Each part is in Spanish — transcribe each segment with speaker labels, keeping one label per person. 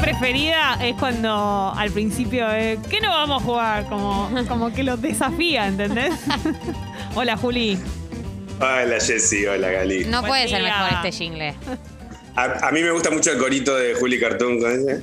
Speaker 1: preferida es cuando al principio es, ¿qué no vamos a jugar? Como, como que los desafía, ¿entendés? Hola, Juli.
Speaker 2: Hola Jessy, hola Gali.
Speaker 3: No
Speaker 1: Buen
Speaker 3: puede ser
Speaker 1: día.
Speaker 3: mejor este jingle.
Speaker 2: A, a mí me gusta mucho el corito de Juli Cartón con ese.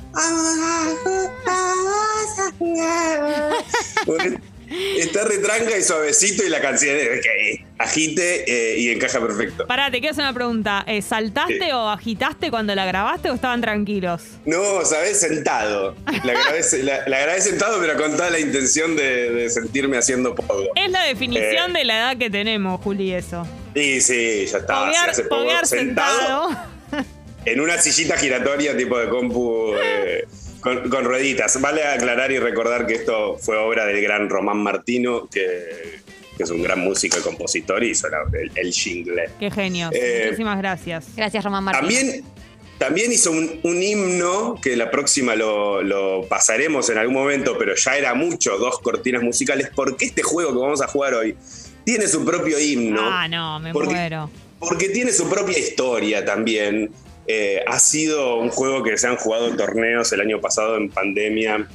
Speaker 2: Está retranca y suavecito y la canción es que agite eh, y encaja perfecto.
Speaker 1: Pará, te quiero hacer una pregunta. Eh, ¿Saltaste
Speaker 2: Sí.
Speaker 1: o agitaste cuando la grabaste o estaban tranquilos?
Speaker 2: No, ¿sabes? Sentado. La grabé, se- la, la grabé sentado, pero con toda la intención de, de sentirme haciendo poco.
Speaker 1: Es la definición
Speaker 2: Eh.
Speaker 1: de la edad que tenemos, Juli, eso.
Speaker 2: Y sí, ya estaba. se
Speaker 1: Poguear,
Speaker 2: hace poco.
Speaker 1: poguear sentado.
Speaker 2: En una sillita giratoria tipo de compu eh, con, con rueditas. Vale aclarar y recordar que esto fue obra del gran Román Martino, que, que es un gran músico y compositor y hizo la- el, el jingle.
Speaker 1: Qué genio.
Speaker 2: Eh.
Speaker 1: Muchísimas gracias.
Speaker 3: Gracias, Román Martín.
Speaker 2: También, también hizo un, un himno que la próxima lo, lo pasaremos en algún momento, pero ya era mucho, dos cortinas musicales, porque este juego que vamos a jugar hoy tiene su propio himno.
Speaker 1: Ah, no, me
Speaker 2: Porque-
Speaker 1: muero.
Speaker 2: Porque tiene su propia historia también. Eh, ha sido un juego que se han jugado torneos el año pasado en pandemia.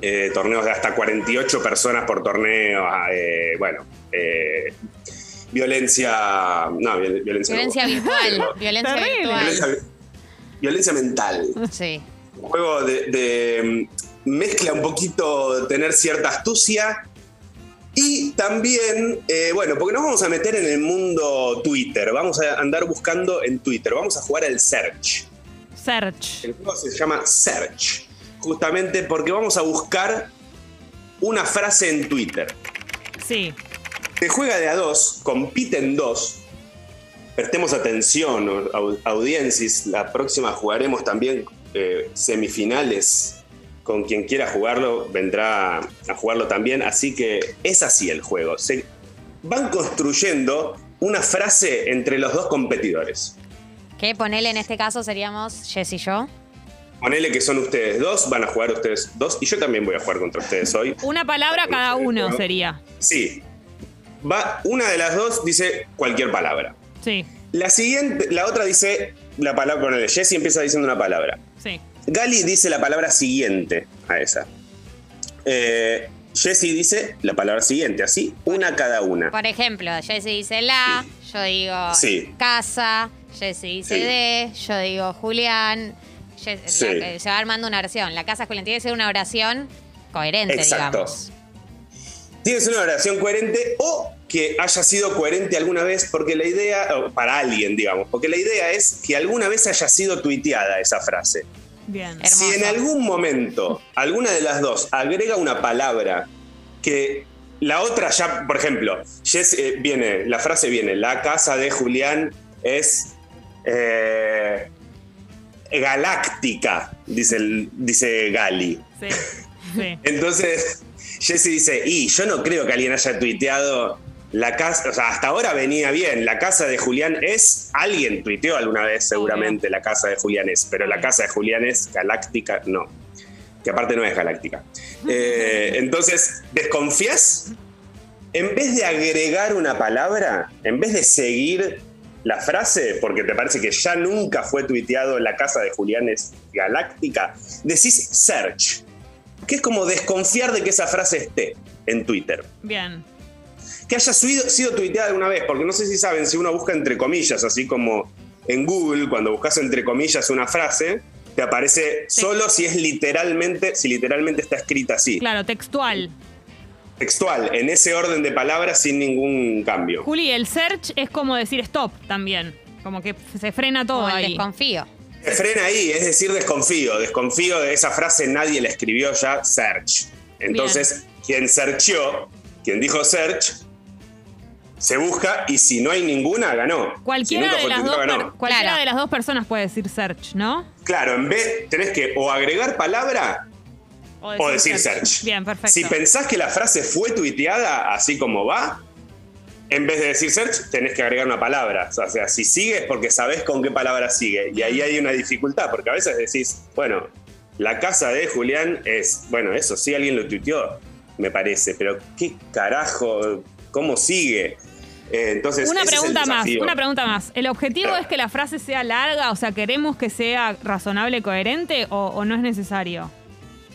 Speaker 2: eh, torneos de hasta 48 personas por torneo. ah, eh, bueno, eh, violencia. No, viol- violencia. no.
Speaker 3: Violencia virtual. violencia
Speaker 1: Terrible.
Speaker 3: virtual.
Speaker 2: Violencia, violencia mental.
Speaker 3: Sí.
Speaker 2: Un juego de, de, mm, mezcla un poquito tener cierta astucia. Y también, eh, bueno, porque nos vamos a meter en el mundo Twitter. Vamos a andar buscando en Twitter. Vamos a jugar al search.
Speaker 1: Search.
Speaker 2: El juego se llama Search. Justamente porque vamos a buscar una frase en Twitter.
Speaker 1: Sí.
Speaker 2: Se juega de a dos, compiten dos. Prestemos atención, au- audiencias. La próxima jugaremos también eh, semifinales. Con quien quiera jugarlo, vendrá a jugarlo también. Así que es así el juego. Se van construyendo una frase entre los dos competidores.
Speaker 3: Que ponele en este caso seríamos Jess y yo.
Speaker 2: Ponele que son ustedes dos, van a jugar ustedes dos. Y yo también voy a jugar contra ustedes hoy.
Speaker 1: Una palabra cada uno sería.
Speaker 2: Sí. Va, una de las dos dice cualquier palabra.
Speaker 1: Sí,
Speaker 2: La siguiente, la otra dice la palabra, ponele, Jessy empieza diciendo una palabra.
Speaker 1: sí.
Speaker 2: Gali dice la palabra siguiente a esa. Eh, Jessy dice la palabra siguiente, así, una cada una.
Speaker 3: Por ejemplo, Jessy dice la, yo digo
Speaker 2: Sí.
Speaker 3: casa, Jessy dice
Speaker 2: Sí.
Speaker 3: de, yo digo Julián. Jess-
Speaker 2: Sí.
Speaker 3: la- eh, se va armando una oración. La casa Julián tiene que ser una oración coherente,
Speaker 2: Exacto.
Speaker 3: digamos.
Speaker 2: Tienes una oración coherente o que haya sido coherente alguna vez, porque la idea, o para alguien, digamos, porque la idea es que alguna vez haya sido tuiteada esa frase.
Speaker 1: Bien.
Speaker 3: Hermoso.
Speaker 2: Si en algún momento alguna de las dos agrega una palabra que la otra ya, por ejemplo, Jess, eh, viene, la frase viene, la casa de Julián es eh, galáctica, dice, el- dice Gali.
Speaker 1: Sí, sí.
Speaker 2: Entonces, Jesse dice, y yo no creo que alguien haya tuiteado la casa, o sea, hasta ahora venía bien, la casa de Julián es, alguien tuiteó alguna vez seguramente la casa de Julián es, pero la casa de Julián es galáctica, no, que aparte no es galáctica. Eh, entonces, ¿desconfías? En vez de agregar una palabra, en vez de seguir la frase, porque te parece que ya nunca fue tuiteado la casa de Julián es galáctica, decís search que es como desconfiar de que esa frase esté en Twitter.
Speaker 1: Bien.
Speaker 2: Que haya subido- sido tuiteada alguna vez, porque no sé si saben, si uno busca entre comillas, así como en Google, cuando buscas entre comillas una frase, te aparece
Speaker 1: Sí.
Speaker 2: solo si es literalmente, si literalmente está escrita así.
Speaker 1: Claro, textual.
Speaker 2: Textual, en ese orden de palabras sin ningún cambio.
Speaker 1: Juli, el search es como decir stop también. Como que se frena todo
Speaker 3: Como el
Speaker 1: ahí.
Speaker 3: desconfío.
Speaker 2: Se frena ahí, es decir, desconfío. Desconfío de esa frase, nadie la escribió ya, search. Entonces, quien searchó, quien dijo search, se busca y si no hay ninguna, ganó. Si
Speaker 1: Cualquiera,
Speaker 2: nunca
Speaker 1: de
Speaker 2: fue
Speaker 1: las, dos
Speaker 2: tuiteado,
Speaker 1: per-
Speaker 2: ganó.
Speaker 1: cualquiera
Speaker 3: Claro.
Speaker 1: de las dos personas puede decir search, ¿no?
Speaker 2: Claro, en vez tenés que o agregar palabra o decir search.
Speaker 1: Bien, perfecto.
Speaker 2: Si pensás que la frase fue tuiteada así como va, en vez de decir search, tenés que agregar una palabra. O sea, si sigues porque sabés con qué palabra sigue. Y ahí hay una dificultad, porque a veces decís, bueno, la casa de Julián es, bueno, eso sí alguien lo tuiteó, me parece, pero qué carajo, ¿cómo sigue? Eh, entonces,
Speaker 1: Una
Speaker 2: ese es el
Speaker 1: pregunta más,
Speaker 2: desafío.
Speaker 1: una pregunta más. ¿El objetivo es que la frase sea larga? O sea, ¿queremos que sea razonable, coherente o, o no es necesario?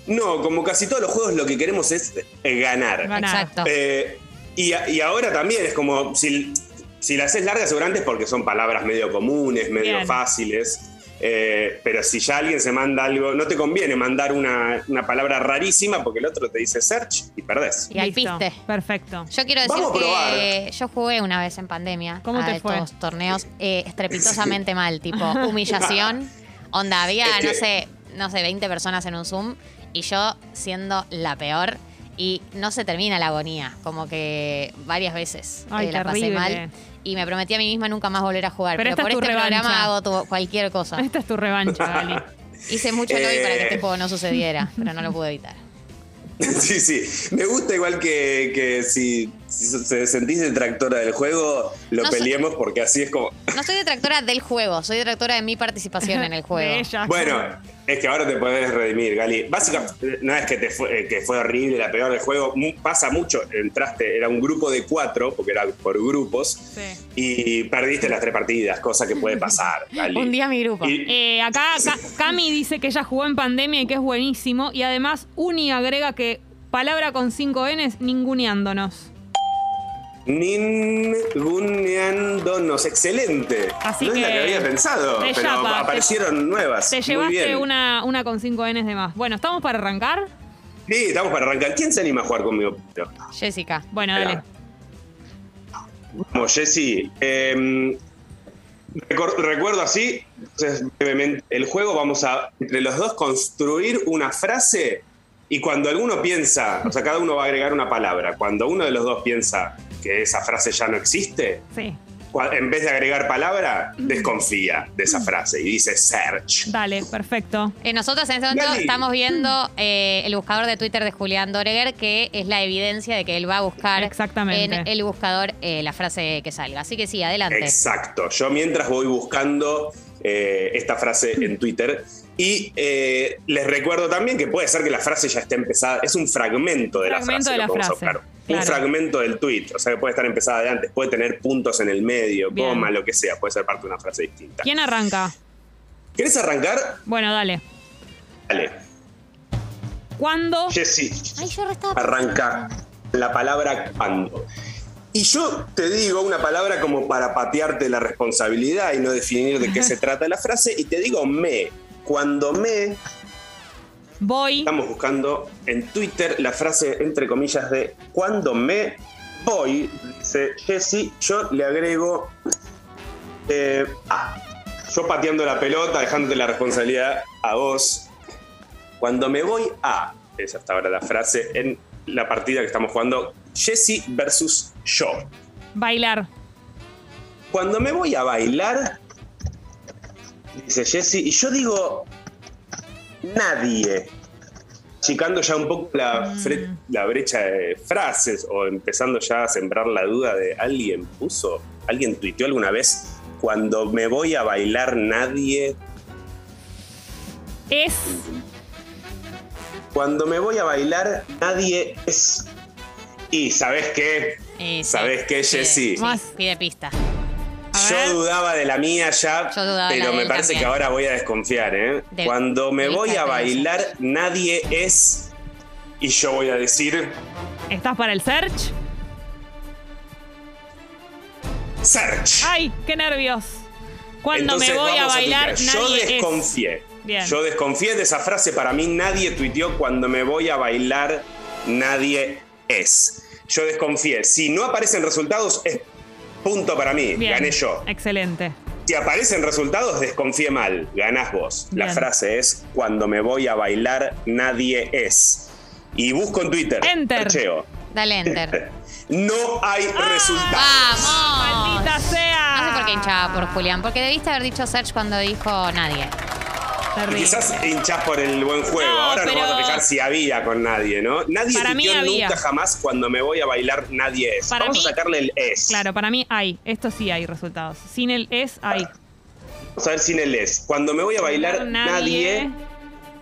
Speaker 2: No, como casi todos los juegos, lo que queremos es eh, ganar.
Speaker 1: Ganar.
Speaker 3: Exacto.
Speaker 2: Eh, y, a- y ahora también es como, si, si la haces larga seguramente es porque son palabras medio comunes, medio
Speaker 1: Bien.
Speaker 2: fáciles, Eh, pero si ya alguien se manda algo, no te conviene mandar una, una palabra rarísima porque el otro te dice search y perdés.
Speaker 3: Y al
Speaker 1: Listo,
Speaker 3: piste.
Speaker 1: Perfecto.
Speaker 3: Yo quiero decir
Speaker 2: Vamos a
Speaker 3: que yo jugué una vez en pandemia
Speaker 1: ¿Cómo
Speaker 3: a
Speaker 1: te fue?
Speaker 3: estos torneos eh, estrepitosamente mal, tipo humillación. Onda, había,
Speaker 2: Es que-
Speaker 3: no sé, no sé, 20 personas en un Zoom y yo siendo la peor y no se termina la agonía, como que varias veces
Speaker 1: Ay,
Speaker 3: eh, la pasé
Speaker 1: terrible.
Speaker 3: mal y me prometí a mí misma nunca más volver a jugar,
Speaker 1: Pero
Speaker 3: pero,
Speaker 1: esta
Speaker 3: por
Speaker 1: es tu
Speaker 3: este
Speaker 1: revancha.
Speaker 3: programa hago tu- cualquier cosa.
Speaker 1: Esta es tu revancha, Gali.
Speaker 3: Hice mucho lobby para que este
Speaker 2: Eh.
Speaker 3: juego no sucediera, pero no lo pude evitar.
Speaker 2: Sí, sí. Me gugusta igual que, que si, si se sentís detractora del juego, lo
Speaker 3: No sé.
Speaker 2: peleemos porque así es como...
Speaker 3: No soy detractora del juego, soy detractora de mi participación en el juego.
Speaker 1: De ella.
Speaker 2: Bueno, es que ahora te podés redimir, Gali. Básicamente, no es que, te fue, eh, que fue horrible la peor del juego, mu- pasa mucho. Entraste, era un grupo de cuatro, porque era por grupos,
Speaker 1: Sí.
Speaker 2: y perdiste las tres partidas, cosa que puede pasar, Gali.
Speaker 3: Un día mi grupo.
Speaker 2: Y-
Speaker 1: Eh, acá Ca- Cami dice que ella jugó en pandemia y que es buenísimo. Y además Uni agrega que palabra con cinco Ns, ninguneándonos.
Speaker 2: Ninguneándonos, excelente.
Speaker 1: Así
Speaker 2: no es la
Speaker 1: que
Speaker 2: que había pensado,
Speaker 1: te
Speaker 2: pero
Speaker 1: llapa,
Speaker 2: aparecieron nuevas.
Speaker 1: Te
Speaker 2: Muy
Speaker 1: llevaste
Speaker 2: bien.
Speaker 1: una, una con cinco Ns de más. Bueno, ¿estamos para arrancar?
Speaker 2: Sí, estamos para arrancar. ¿Quién se anima a jugar conmigo?
Speaker 3: Jessica.
Speaker 1: Bueno, dale.
Speaker 2: Espera. Vamos, Jessy. eh, recor- recuerdo así, entonces, brevemente, el juego vamos a, entre los dos, construir una frase y cuando alguno piensa, o sea, cada uno va a agregar una palabra, cuando uno de los dos piensa que esa frase ya no existe,
Speaker 1: Sí,
Speaker 2: cua- en vez de agregar palabra, desconfía de esa frase y dice search.
Speaker 1: dale, perfecto.
Speaker 3: Eh, nosotros en este momento
Speaker 2: Dale. Mm.
Speaker 3: estamos viendo eh, el buscador de Twitter de Julián Doreger, que es la evidencia de que él va a buscar en
Speaker 1: Exactamente.
Speaker 3: el buscador eh, la frase que salga. Así que sí, adelante.
Speaker 2: Exacto. Yo mientras voy buscando eh, esta frase en Twitter. Y eh, les recuerdo también que puede ser que la frase ya esté empezada. Es un fragmento de
Speaker 1: Fragmento de la
Speaker 2: la frase. lo que vamos a
Speaker 1: frase,
Speaker 2: buscar.
Speaker 1: claro.
Speaker 2: Un fragmento del tweet. O sea que puede estar empezada de antes, puede tener puntos en el medio,
Speaker 1: Bien.
Speaker 2: coma, lo que sea. Puede ser parte de una frase distinta.
Speaker 1: ¿Quién arranca?
Speaker 2: ¿Querés arrancar?
Speaker 1: Bueno, dale.
Speaker 2: Dale.
Speaker 1: ¿Cuándo?
Speaker 2: Jessy.
Speaker 3: Ay, yo restaba.
Speaker 2: arranca la palabra cuando. Y yo te digo una palabra como para patearte la responsabilidad y no definir de qué se trata la frase, y te digo me. Cuando me,
Speaker 1: Voy.
Speaker 2: estamos buscando en Twitter la frase entre comillas de cuando me voy, dice Jessy, yo le agrego eh, ah, yo pateando la pelota, dejándote la responsabilidad a vos. Cuando me voy a, es hasta ahora la frase en la partida que estamos jugando, Jessy versus yo.
Speaker 1: Bailar.
Speaker 2: Cuando me voy a bailar, dice Jessy, y yo digo nadie. Chicando ya un poco la, fre- la brecha de frases o empezando ya a sembrar la duda de alguien puso, alguien tuiteó alguna vez, cuando me voy a bailar nadie,
Speaker 1: Es.
Speaker 2: cuando me voy a bailar nadie es... Y sabes qué,
Speaker 3: Eh, sí.
Speaker 2: ¿Sabés qué,
Speaker 3: Pide-
Speaker 2: Jessy?
Speaker 3: sí,
Speaker 1: Más.
Speaker 3: Pide pista.
Speaker 1: A ver.
Speaker 2: Yo dudaba de la mía ya,
Speaker 3: Yo dudaba de la
Speaker 2: pero
Speaker 3: de
Speaker 2: me
Speaker 3: él
Speaker 2: parece
Speaker 3: también.
Speaker 2: que ahora voy a desconfiar, ¿eh?
Speaker 3: De-
Speaker 2: Cuando me
Speaker 3: de
Speaker 2: voy
Speaker 3: esta
Speaker 2: a bailar,
Speaker 3: clase.
Speaker 2: nadie es. Y yo voy a decir.
Speaker 1: ¿Estás para el search?
Speaker 2: Search.
Speaker 1: Ay, qué nervios. Cuando
Speaker 2: Entonces,
Speaker 1: me voy a
Speaker 2: vamos
Speaker 1: bailar,
Speaker 2: tuitear. Yo
Speaker 1: nadie es.
Speaker 2: desconfié.
Speaker 1: Bien.
Speaker 2: Yo desconfié de esa frase. Para mí, nadie tuiteó cuando me voy a bailar, nadie es. Yo desconfié. Si no aparecen resultados, es punto para mí.
Speaker 1: Bien.
Speaker 2: Gané yo.
Speaker 1: Excelente.
Speaker 2: Si aparecen resultados, desconfíe mal. Ganás vos. La
Speaker 1: Bien.
Speaker 2: frase es: Cuando me voy a bailar, nadie es. Y busco en Twitter.
Speaker 1: Enter. Ah,
Speaker 2: Archeo.
Speaker 3: Dale enter.
Speaker 2: No hay resultados.
Speaker 3: ¡Vamos!
Speaker 1: Maldita sea.
Speaker 3: No sé por qué hinchaba por Julián, porque debiste haber dicho Search cuando dijo nadie. pues.
Speaker 2: Y
Speaker 1: Terrible.
Speaker 2: quizás hinchás por el buen juego.
Speaker 1: No,
Speaker 2: Ahora
Speaker 1: pero-
Speaker 2: no vamos a fijar si había con nadie, ¿no? Nadie
Speaker 1: Para mí
Speaker 2: tuiteó
Speaker 1: había.
Speaker 2: nunca jamás cuando me voy a bailar, nadie es.
Speaker 1: Para
Speaker 2: vamos
Speaker 1: mí-
Speaker 2: a sacarle el es.
Speaker 1: Claro, para mí hay. Esto sí hay resultados. Sin el es, hay.
Speaker 2: Vamos a ver sin el es. Cuando me voy a bailar, nadie.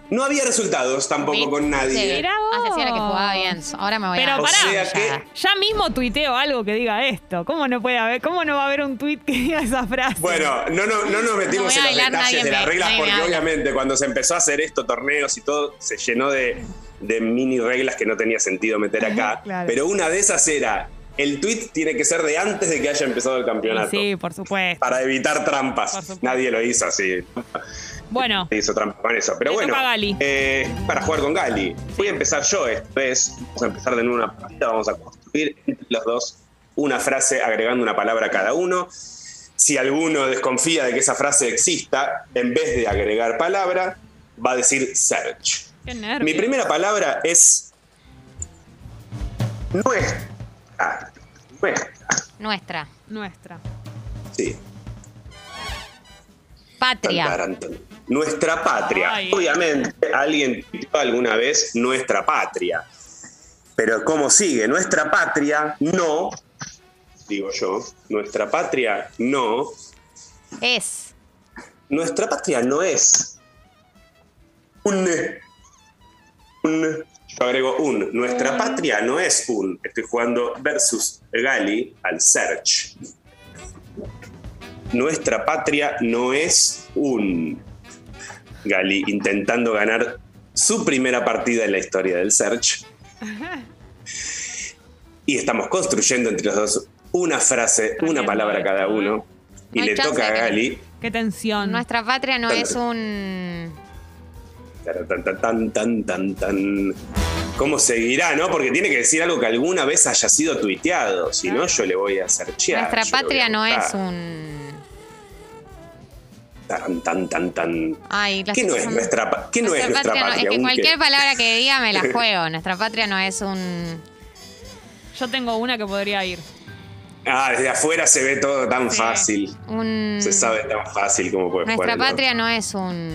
Speaker 2: No había resultados tampoco
Speaker 3: ¿Sí?
Speaker 2: con nadie.
Speaker 1: Mirá vos.
Speaker 3: Hace hacía la que jugaba bien. Ahora me voy
Speaker 1: Pero
Speaker 3: a...
Speaker 2: O
Speaker 1: pará.
Speaker 2: sea
Speaker 3: Ya.
Speaker 2: que-
Speaker 1: Ya mismo tuiteo algo que diga esto. ¿Cómo no puede haber? ¿Cómo no va a haber un tuit que diga esa frase?
Speaker 2: Bueno, no, no, no nos
Speaker 3: No voy
Speaker 2: metimos
Speaker 3: a
Speaker 2: en los
Speaker 3: bailar, nadie
Speaker 2: detalles de
Speaker 3: me-
Speaker 2: las reglas
Speaker 3: nadie me
Speaker 2: porque
Speaker 3: habla.
Speaker 2: obviamente cuando se empezó a hacer esto, torneos y todo, se llenó de, de mini reglas que no tenía sentido meter acá.
Speaker 1: Claro.
Speaker 2: Pero una de esas era, el tweet tiene que ser de antes de que haya empezado el
Speaker 1: Y
Speaker 2: campeonato.
Speaker 1: sí, por supuesto.
Speaker 2: Para evitar
Speaker 1: Por
Speaker 2: trampas.
Speaker 1: supuesto.
Speaker 2: Nadie lo hizo así.
Speaker 1: Bueno,
Speaker 2: Se hizo trampa con eso. Pero
Speaker 1: Le
Speaker 2: bueno,
Speaker 1: toca a Gali.
Speaker 2: eh, para jugar con Gali. Voy a empezar yo esta vez. Vamos a empezar de nuevo una partida. Vamos a construir entre los dos una frase agregando una palabra a cada uno. Si alguno desconfía de que esa frase exista, en vez de agregar palabra, va a decir search.
Speaker 1: qué nervio.
Speaker 2: Mi primera palabra es nuestra. Nuestra.
Speaker 3: Nuestra.
Speaker 1: Nuestra.
Speaker 2: Sí.
Speaker 3: Patria.
Speaker 2: Tan, taran, tan. Nuestra patria.
Speaker 1: Ay.
Speaker 2: Obviamente, alguien dijo alguna vez nuestra patria. Pero ¿cómo sigue? Nuestra patria no, digo yo, nuestra patria no,
Speaker 3: Es.
Speaker 2: nuestra patria no es un... un yo agrego un.
Speaker 3: Mm.
Speaker 2: Nuestra patria no es un. Estoy jugando versus Gali al search. Nuestra patria no es un. Gali intentando ganar su primera partida en la historia del search. Y estamos construyendo entre los dos una frase,
Speaker 1: Está
Speaker 2: una
Speaker 1: bien,
Speaker 2: palabra
Speaker 1: Gali.
Speaker 2: cada uno. Y
Speaker 3: No hay
Speaker 2: le
Speaker 3: chance
Speaker 2: toca a
Speaker 3: de que-
Speaker 2: Gali
Speaker 1: Qué tensión.
Speaker 3: Nuestra patria no es un...
Speaker 2: Tan, tan, tan, tan, tan, tan. ¿Cómo seguirá, no? Porque tiene que decir algo que alguna vez haya sido tuiteado. Si no, yo le voy a hacer
Speaker 3: Nuestra patria no es un...
Speaker 2: Tan, tan, tan, tan.
Speaker 3: Ay, las
Speaker 2: ¿Qué no
Speaker 3: cosas
Speaker 2: es
Speaker 3: son-
Speaker 2: nuestra, pa- qué no es nuestra patria?
Speaker 3: no- es que
Speaker 2: ¿Un
Speaker 3: cualquier
Speaker 2: qué?
Speaker 3: palabra que diga me la juego. Nuestra patria no es un...
Speaker 1: Yo tengo una que podría ir.
Speaker 2: Ah, desde afuera se ve todo tan
Speaker 1: Sí.
Speaker 2: fácil.
Speaker 3: un
Speaker 2: Se sabe tan fácil cómo puede
Speaker 3: Mm. Nuestra
Speaker 2: jugar, ¿no?
Speaker 3: patria no es un...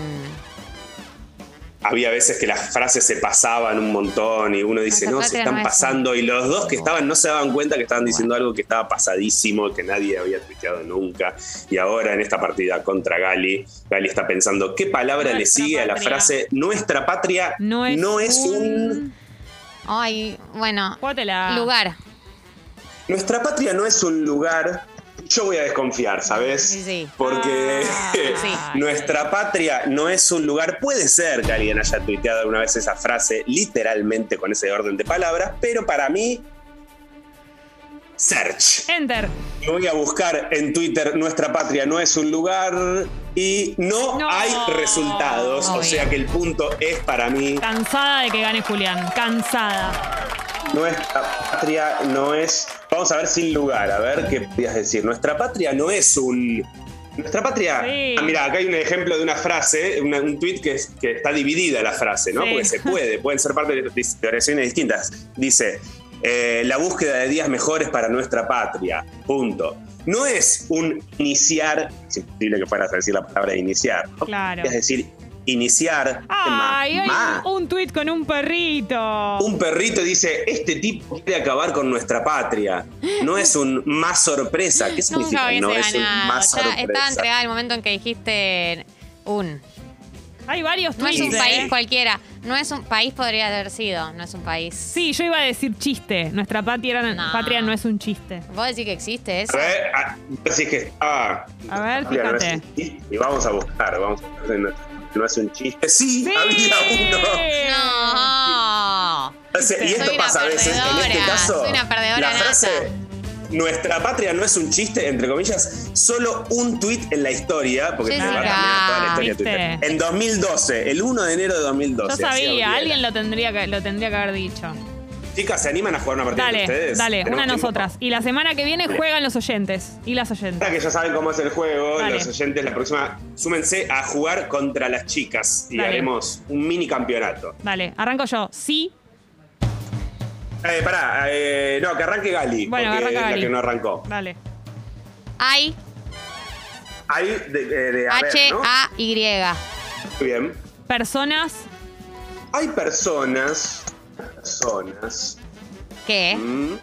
Speaker 2: Había veces que las frases se pasaban un montón y uno dice,
Speaker 3: Nuestra
Speaker 2: no, se
Speaker 3: patria
Speaker 2: están
Speaker 3: no es un-
Speaker 2: pasando. Y los dos que estaban no se daban cuenta que estaban diciendo algo que estaba pasadísimo, que nadie había tuiteado nunca. Y ahora en esta partida contra Gali, Gali está pensando, ¿qué palabra le
Speaker 1: Nuestra
Speaker 2: sigue a la
Speaker 1: patria.
Speaker 2: frase nuestra patria
Speaker 1: No es,
Speaker 2: un...
Speaker 3: Ay, bueno.
Speaker 1: Jugátela.
Speaker 3: Lugar.
Speaker 2: Nuestra patria no es un lugar... Yo voy a desconfiar, ¿sabes?
Speaker 3: Sí, sí.
Speaker 2: Porque
Speaker 1: Ah, sí.
Speaker 2: nuestra patria no es un lugar. Puede ser que alguien haya tuiteado alguna vez esa frase literalmente con ese orden de palabras, pero para mí. Search.
Speaker 1: Enter.
Speaker 2: Lo voy a buscar en Twitter Nuestra Patria no es un lugar y no,
Speaker 1: No.
Speaker 2: hay resultados.
Speaker 3: Obvio.
Speaker 2: O sea que el punto es para mí.
Speaker 1: Cansada de que gane Julián. Cansada.
Speaker 2: Nuestra patria no es. Vamos a ver sin lugar, a ver qué podías decir. Nuestra patria no es un. Nuestra patria.
Speaker 1: Sí.
Speaker 2: Ah, mira, acá hay un ejemplo de una frase, una- un tweet que, es- que está dividida la frase, ¿no?
Speaker 1: Sí.
Speaker 2: Porque se puede, pueden ser parte de dis- de oraciones distintas. Dice: eh, La búsqueda de días mejores para nuestra patria. Punto. No es un iniciar, es imposible que fueras a decir la palabra iniciar. ¿no?
Speaker 1: Claro.
Speaker 2: Es decir, iniciar.
Speaker 1: Ay,
Speaker 2: ma-
Speaker 1: hay
Speaker 2: ma.
Speaker 1: un, un tuit con un perrito.
Speaker 2: Un perrito dice, este tipo quiere acabar con nuestra patria. No es un más sorpresa. ¿Qué significa?
Speaker 3: Nunca hubiese
Speaker 2: No es un
Speaker 3: ganado.
Speaker 2: más
Speaker 3: Ya estaba
Speaker 2: sorpresa.
Speaker 3: entregada el momento en que dijiste un.
Speaker 1: Hay varios ¿eh?
Speaker 3: No
Speaker 1: tweets.
Speaker 3: es un
Speaker 2: Sí.
Speaker 3: país cualquiera. No es un país, podría haber sido. No es un país.
Speaker 1: Sí, yo iba a decir chiste. Nuestra patria,
Speaker 3: No.
Speaker 1: patria no es un chiste.
Speaker 3: ¿Vos decís que existe eso?
Speaker 2: A ver, a- así ah, que estaba...
Speaker 1: A ver,
Speaker 2: Patria no es
Speaker 1: fíjate.
Speaker 2: un chiste. Y vamos a buscar, vamos a buscar de nuestra- No es un chiste. Sí,
Speaker 1: ¡Sí!
Speaker 2: había uno.
Speaker 3: No.
Speaker 2: Entonces, y esto
Speaker 3: Soy una
Speaker 2: pasa a veces. En este
Speaker 3: perdedora,
Speaker 2: caso,
Speaker 3: soy una perdedora
Speaker 2: la
Speaker 3: nata.
Speaker 2: frase Nuestra patria no es un chiste, entre comillas, solo un tuit en la historia, porque se va
Speaker 1: Jessica,
Speaker 2: también a toda la historia de
Speaker 1: ¿viste?
Speaker 2: Twitter. En 2012, el 1 de enero de 2012.
Speaker 1: Yo
Speaker 2: así
Speaker 1: sabía,
Speaker 2: abría.
Speaker 1: alguien lo tendría que, lo tendría que haber dicho.
Speaker 2: Chicas, ¿se animan a jugar una partida entre
Speaker 1: Dale,
Speaker 2: ustedes?
Speaker 1: dale,
Speaker 2: Tenemos
Speaker 1: una
Speaker 2: tiempo.
Speaker 1: nosotras. Y la semana que viene juegan los oyentes y las
Speaker 2: Ahora
Speaker 1: oyentes.
Speaker 2: que ya saben cómo es el juego,
Speaker 1: Dale.
Speaker 2: los oyentes la próxima, súmense a jugar contra las chicas y
Speaker 1: Dale.
Speaker 2: haremos un mini campeonato.
Speaker 1: Dale, arranco yo. Sí,
Speaker 2: Eh, pará, eh, no, que arranque Gali,
Speaker 1: Bueno,
Speaker 2: porque
Speaker 1: arranca
Speaker 2: es la
Speaker 1: Gali.
Speaker 2: que no arrancó.
Speaker 1: dale.
Speaker 3: Hay
Speaker 2: Ahí, de, eh, de- de- a ver, ¿no?
Speaker 3: H-A-Y.
Speaker 2: Muy bien.
Speaker 1: Personas
Speaker 2: Hay personas, personas,
Speaker 3: ¿Qué?
Speaker 2: mm,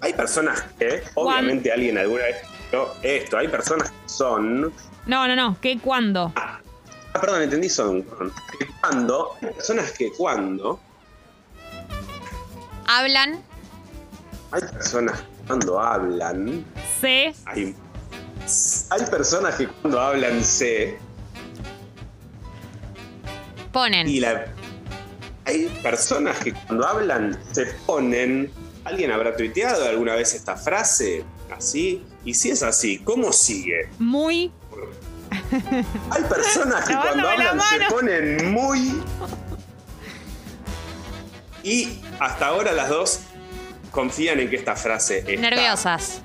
Speaker 2: hay personas que, obviamente alguien alguna vez dijo esto, hay personas que son...
Speaker 1: No, no, no. ¿Qué cuándo?
Speaker 2: Ah, perdón, entendí son. perdón. Que cuando, hay personas que cuando,
Speaker 3: Hablan,
Speaker 2: hay personas que cuando hablan,
Speaker 1: Se
Speaker 2: hay, hay personas que cuando hablan se, y
Speaker 3: ponen.
Speaker 2: la, hay personas que cuando hablan se ponen, ¿alguien habrá tuiteado alguna vez esta frase? Así, y si es así, ¿cómo sigue?
Speaker 1: muy
Speaker 2: Hay personas que cuando
Speaker 1: Lavándome la
Speaker 2: hablan se
Speaker 1: mano.
Speaker 2: ponen muy. Y hasta ahora las dos confían en que esta frase está.
Speaker 3: Nerviosas.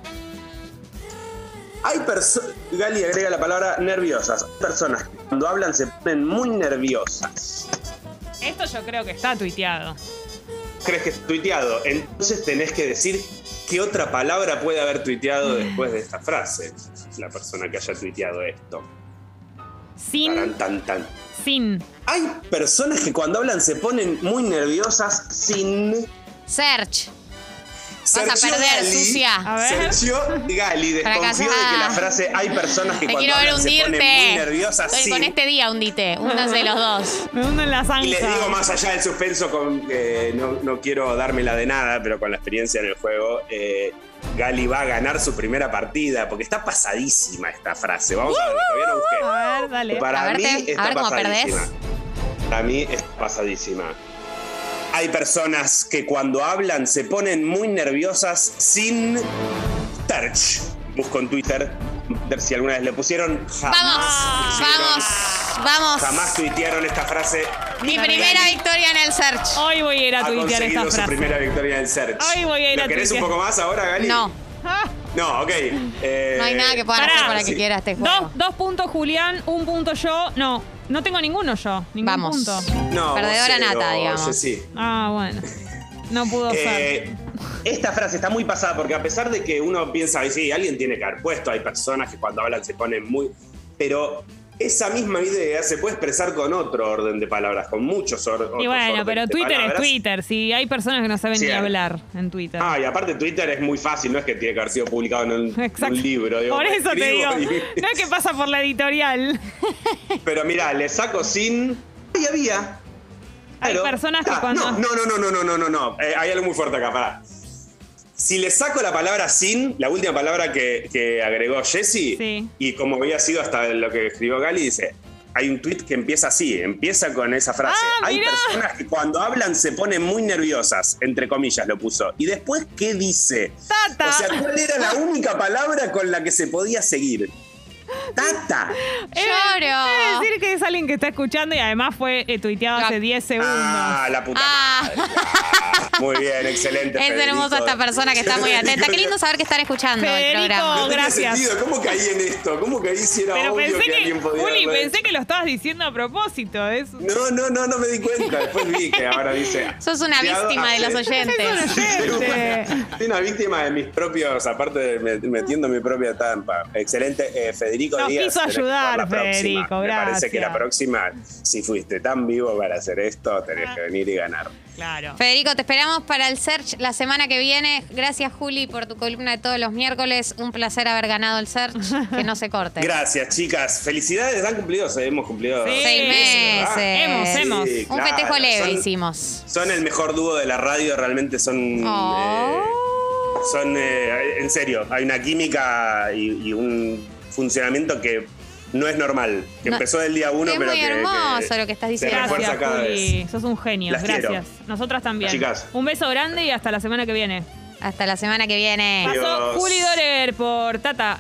Speaker 2: Hay personas. Gali agrega la palabra nerviosas. Hay personas que cuando hablan se ponen muy nerviosas.
Speaker 1: Esto yo creo que está tuiteado.
Speaker 2: Crees que es tuiteado. Entonces tenés que decir qué otra palabra puede haber tuiteado
Speaker 1: Mm.
Speaker 2: después de esta frase. La persona que haya tuiteado esto.
Speaker 1: Sin,
Speaker 2: Tarán, tan, tan.
Speaker 1: sin,
Speaker 2: Hay personas que cuando hablan se ponen muy nerviosas sin.
Speaker 3: Search. Vas a
Speaker 2: Sergio
Speaker 3: perder, sucia.
Speaker 1: A ver.
Speaker 2: Sergio Gali desconfío de que
Speaker 3: Fracasada.
Speaker 2: la frase hay personas que
Speaker 3: Te
Speaker 2: cuando
Speaker 3: ah. quiero ver
Speaker 2: hablan se ponen muy
Speaker 3: hundirte.
Speaker 2: nerviosas
Speaker 3: Estoy
Speaker 2: Ah, sí.
Speaker 3: Con este día hundite. Úndanse los dos.
Speaker 1: me hundo en la zanja.
Speaker 2: Y les digo más allá del suspenso, con, eh, no, no quiero dármela de nada, pero con la experiencia en el juego, eh, Gali va a ganar su primera partida, porque está pasadísima esta frase. Vamos a ver, todavía no busqué.
Speaker 1: A ver, dale.
Speaker 2: Para
Speaker 3: A verte,
Speaker 2: mí
Speaker 3: a
Speaker 2: está
Speaker 3: ver cómo
Speaker 2: pasadísima.
Speaker 3: perdés.
Speaker 2: Para mí es pasadísima. Hay personas que cuando hablan se ponen muy nerviosas sin search. Busco en Twitter ver si alguna vez le pusieron.
Speaker 3: Vamos,
Speaker 2: Jamás
Speaker 3: vamos,
Speaker 2: pusieron,
Speaker 3: vamos.
Speaker 2: Jamás tuitearon esta frase.
Speaker 3: Mi primera victoria en el search.
Speaker 2: Oh.
Speaker 1: Hoy voy a ir a
Speaker 2: Ha
Speaker 1: tuitear
Speaker 2: conseguido
Speaker 1: esta
Speaker 2: su
Speaker 1: frase.
Speaker 2: primera victoria del search.
Speaker 1: Ay, voy a ir
Speaker 2: ¿Lo
Speaker 1: a
Speaker 2: querés un
Speaker 1: tuitear.
Speaker 2: poco más ahora, Gali?
Speaker 3: No,
Speaker 1: Ah,
Speaker 2: No, ok. Eh,
Speaker 3: no hay nada que puedan
Speaker 1: pará.
Speaker 3: hacer para que
Speaker 2: Sí.
Speaker 3: quiera este juego.
Speaker 1: dos, dos puntos Julián, un punto yo. No, no tengo ninguno yo. Ningún
Speaker 3: Vamos.
Speaker 1: punto.
Speaker 2: No,
Speaker 3: Perdedora
Speaker 2: cero,
Speaker 3: nata, digamos.
Speaker 2: Jessy.
Speaker 1: Ah, bueno. No pudo ser.
Speaker 2: Eh, esta frase está muy pasada porque a pesar de que uno piensa, "Ay, sí, alguien tiene que haber puesto, hay personas que cuando hablan se ponen muy... Pero esa misma idea se puede expresar con otro orden de palabras, con muchos or- otros
Speaker 1: Y bueno,
Speaker 2: orden
Speaker 1: pero
Speaker 2: de
Speaker 1: Twitter es
Speaker 2: palabras.
Speaker 1: Twitter. Si hay personas que no saben ni
Speaker 2: Cierto.
Speaker 1: hablar en Twitter.
Speaker 2: Ah, y aparte Twitter es muy fácil, no es que tiene que haber sido publicado en un,
Speaker 1: Exacto.
Speaker 2: un libro. digo,
Speaker 1: por eso te digo.
Speaker 2: escribo y-
Speaker 1: No es que pasa por la editorial.
Speaker 2: Pero mira, le saco sin... Y había.
Speaker 1: Hay
Speaker 2: Claro.
Speaker 1: personas que
Speaker 2: Ah, No,
Speaker 1: cuando.
Speaker 2: no, no, no, no, no, no, no. Eh, hay algo muy fuerte acá, pará. Si le saco la palabra sin, la última palabra que, que agregó Jesse,
Speaker 1: Sí.
Speaker 2: y como había sido hasta lo que escribió Gali, dice, hay un tweet que empieza así, empieza con esa frase.
Speaker 1: Ah,
Speaker 2: hay
Speaker 1: mirá.
Speaker 2: personas que cuando hablan se ponen muy nerviosas, entre comillas lo puso. ¿Y después qué dice?
Speaker 1: Tata.
Speaker 2: O sea, ¿cuál era la única palabra con la que se podía seguir? Tata.
Speaker 1: Debe-
Speaker 3: Lloro.
Speaker 1: debe decir que es alguien que está escuchando y además fue eh, tuiteado
Speaker 3: La-
Speaker 1: hace 10 segundos.
Speaker 2: Ah, la puta.
Speaker 3: Ah.
Speaker 2: madre. Ah, muy bien, excelente.
Speaker 3: Es hermosa
Speaker 2: Federico.
Speaker 3: esta persona que está muy atenta. Qué lindo saber que están escuchando el
Speaker 1: Federico.
Speaker 2: No
Speaker 3: programa.
Speaker 2: tenía
Speaker 1: Gracias.
Speaker 2: sentido. ¿Cómo caí en esto? ¿Cómo caí si era
Speaker 1: Pero
Speaker 2: obvio
Speaker 1: pensé
Speaker 2: que,
Speaker 1: que,
Speaker 2: alguien podía
Speaker 1: Juli,
Speaker 2: haberlo
Speaker 1: pensé
Speaker 2: hecho?
Speaker 1: que lo estabas diciendo a propósito. Es, es
Speaker 2: No, no, no, no me di cuenta. Después vi que ahora dice.
Speaker 3: Sos una
Speaker 2: "Criado
Speaker 3: víctima de
Speaker 2: hace-".
Speaker 3: los oyentes.
Speaker 1: un oyente.
Speaker 2: Soy una víctima de mis propios, aparte de me- metiendo mi propia tampa. Excelente, eh, Federico
Speaker 1: Nos
Speaker 2: Díaz.
Speaker 1: quiso
Speaker 2: tenés que jugar
Speaker 1: ayudar,
Speaker 2: la próxima.
Speaker 1: Federico,
Speaker 2: Me parece
Speaker 1: gracias.
Speaker 2: que la próxima, si fuiste tan vivo para hacer esto, tenés que venir y ganar.
Speaker 1: Claro.
Speaker 3: Federico, te esperamos para el search la semana que viene. Gracias, Juli, por tu columna de todos los miércoles. Un placer haber ganado el search. Que no se corte.
Speaker 2: Gracias, chicas. Felicidades, han cumplido, hemos cumplido.
Speaker 1: Sí.
Speaker 3: Seis meses.
Speaker 2: ¿verdad?
Speaker 1: Hemos, hemos.
Speaker 2: Sí,
Speaker 3: Un
Speaker 2: claro,
Speaker 3: festejo leve
Speaker 2: son-
Speaker 3: hicimos.
Speaker 2: Son el mejor dúo de la radio, realmente son.
Speaker 3: Oh.
Speaker 2: eh, son. eh, en serio, hay una química y, y un funcionamiento que no es normal. Que
Speaker 3: No.
Speaker 2: empezó del día uno,
Speaker 3: Es
Speaker 2: pero
Speaker 3: muy
Speaker 2: que-
Speaker 3: hermoso lo que estás
Speaker 2: se
Speaker 3: diciendo.
Speaker 2: refuerza
Speaker 1: Gracias,
Speaker 2: cada
Speaker 1: Juli.
Speaker 2: vez.
Speaker 1: Sos un genio.
Speaker 2: Las
Speaker 1: Gracias.
Speaker 2: quiero.
Speaker 1: Nosotras también.
Speaker 2: Chicas.
Speaker 1: Un beso grande y hasta la semana que viene.
Speaker 3: Hasta la semana que viene.
Speaker 2: Adiós.
Speaker 1: Pasó Juli Dorer por Tata.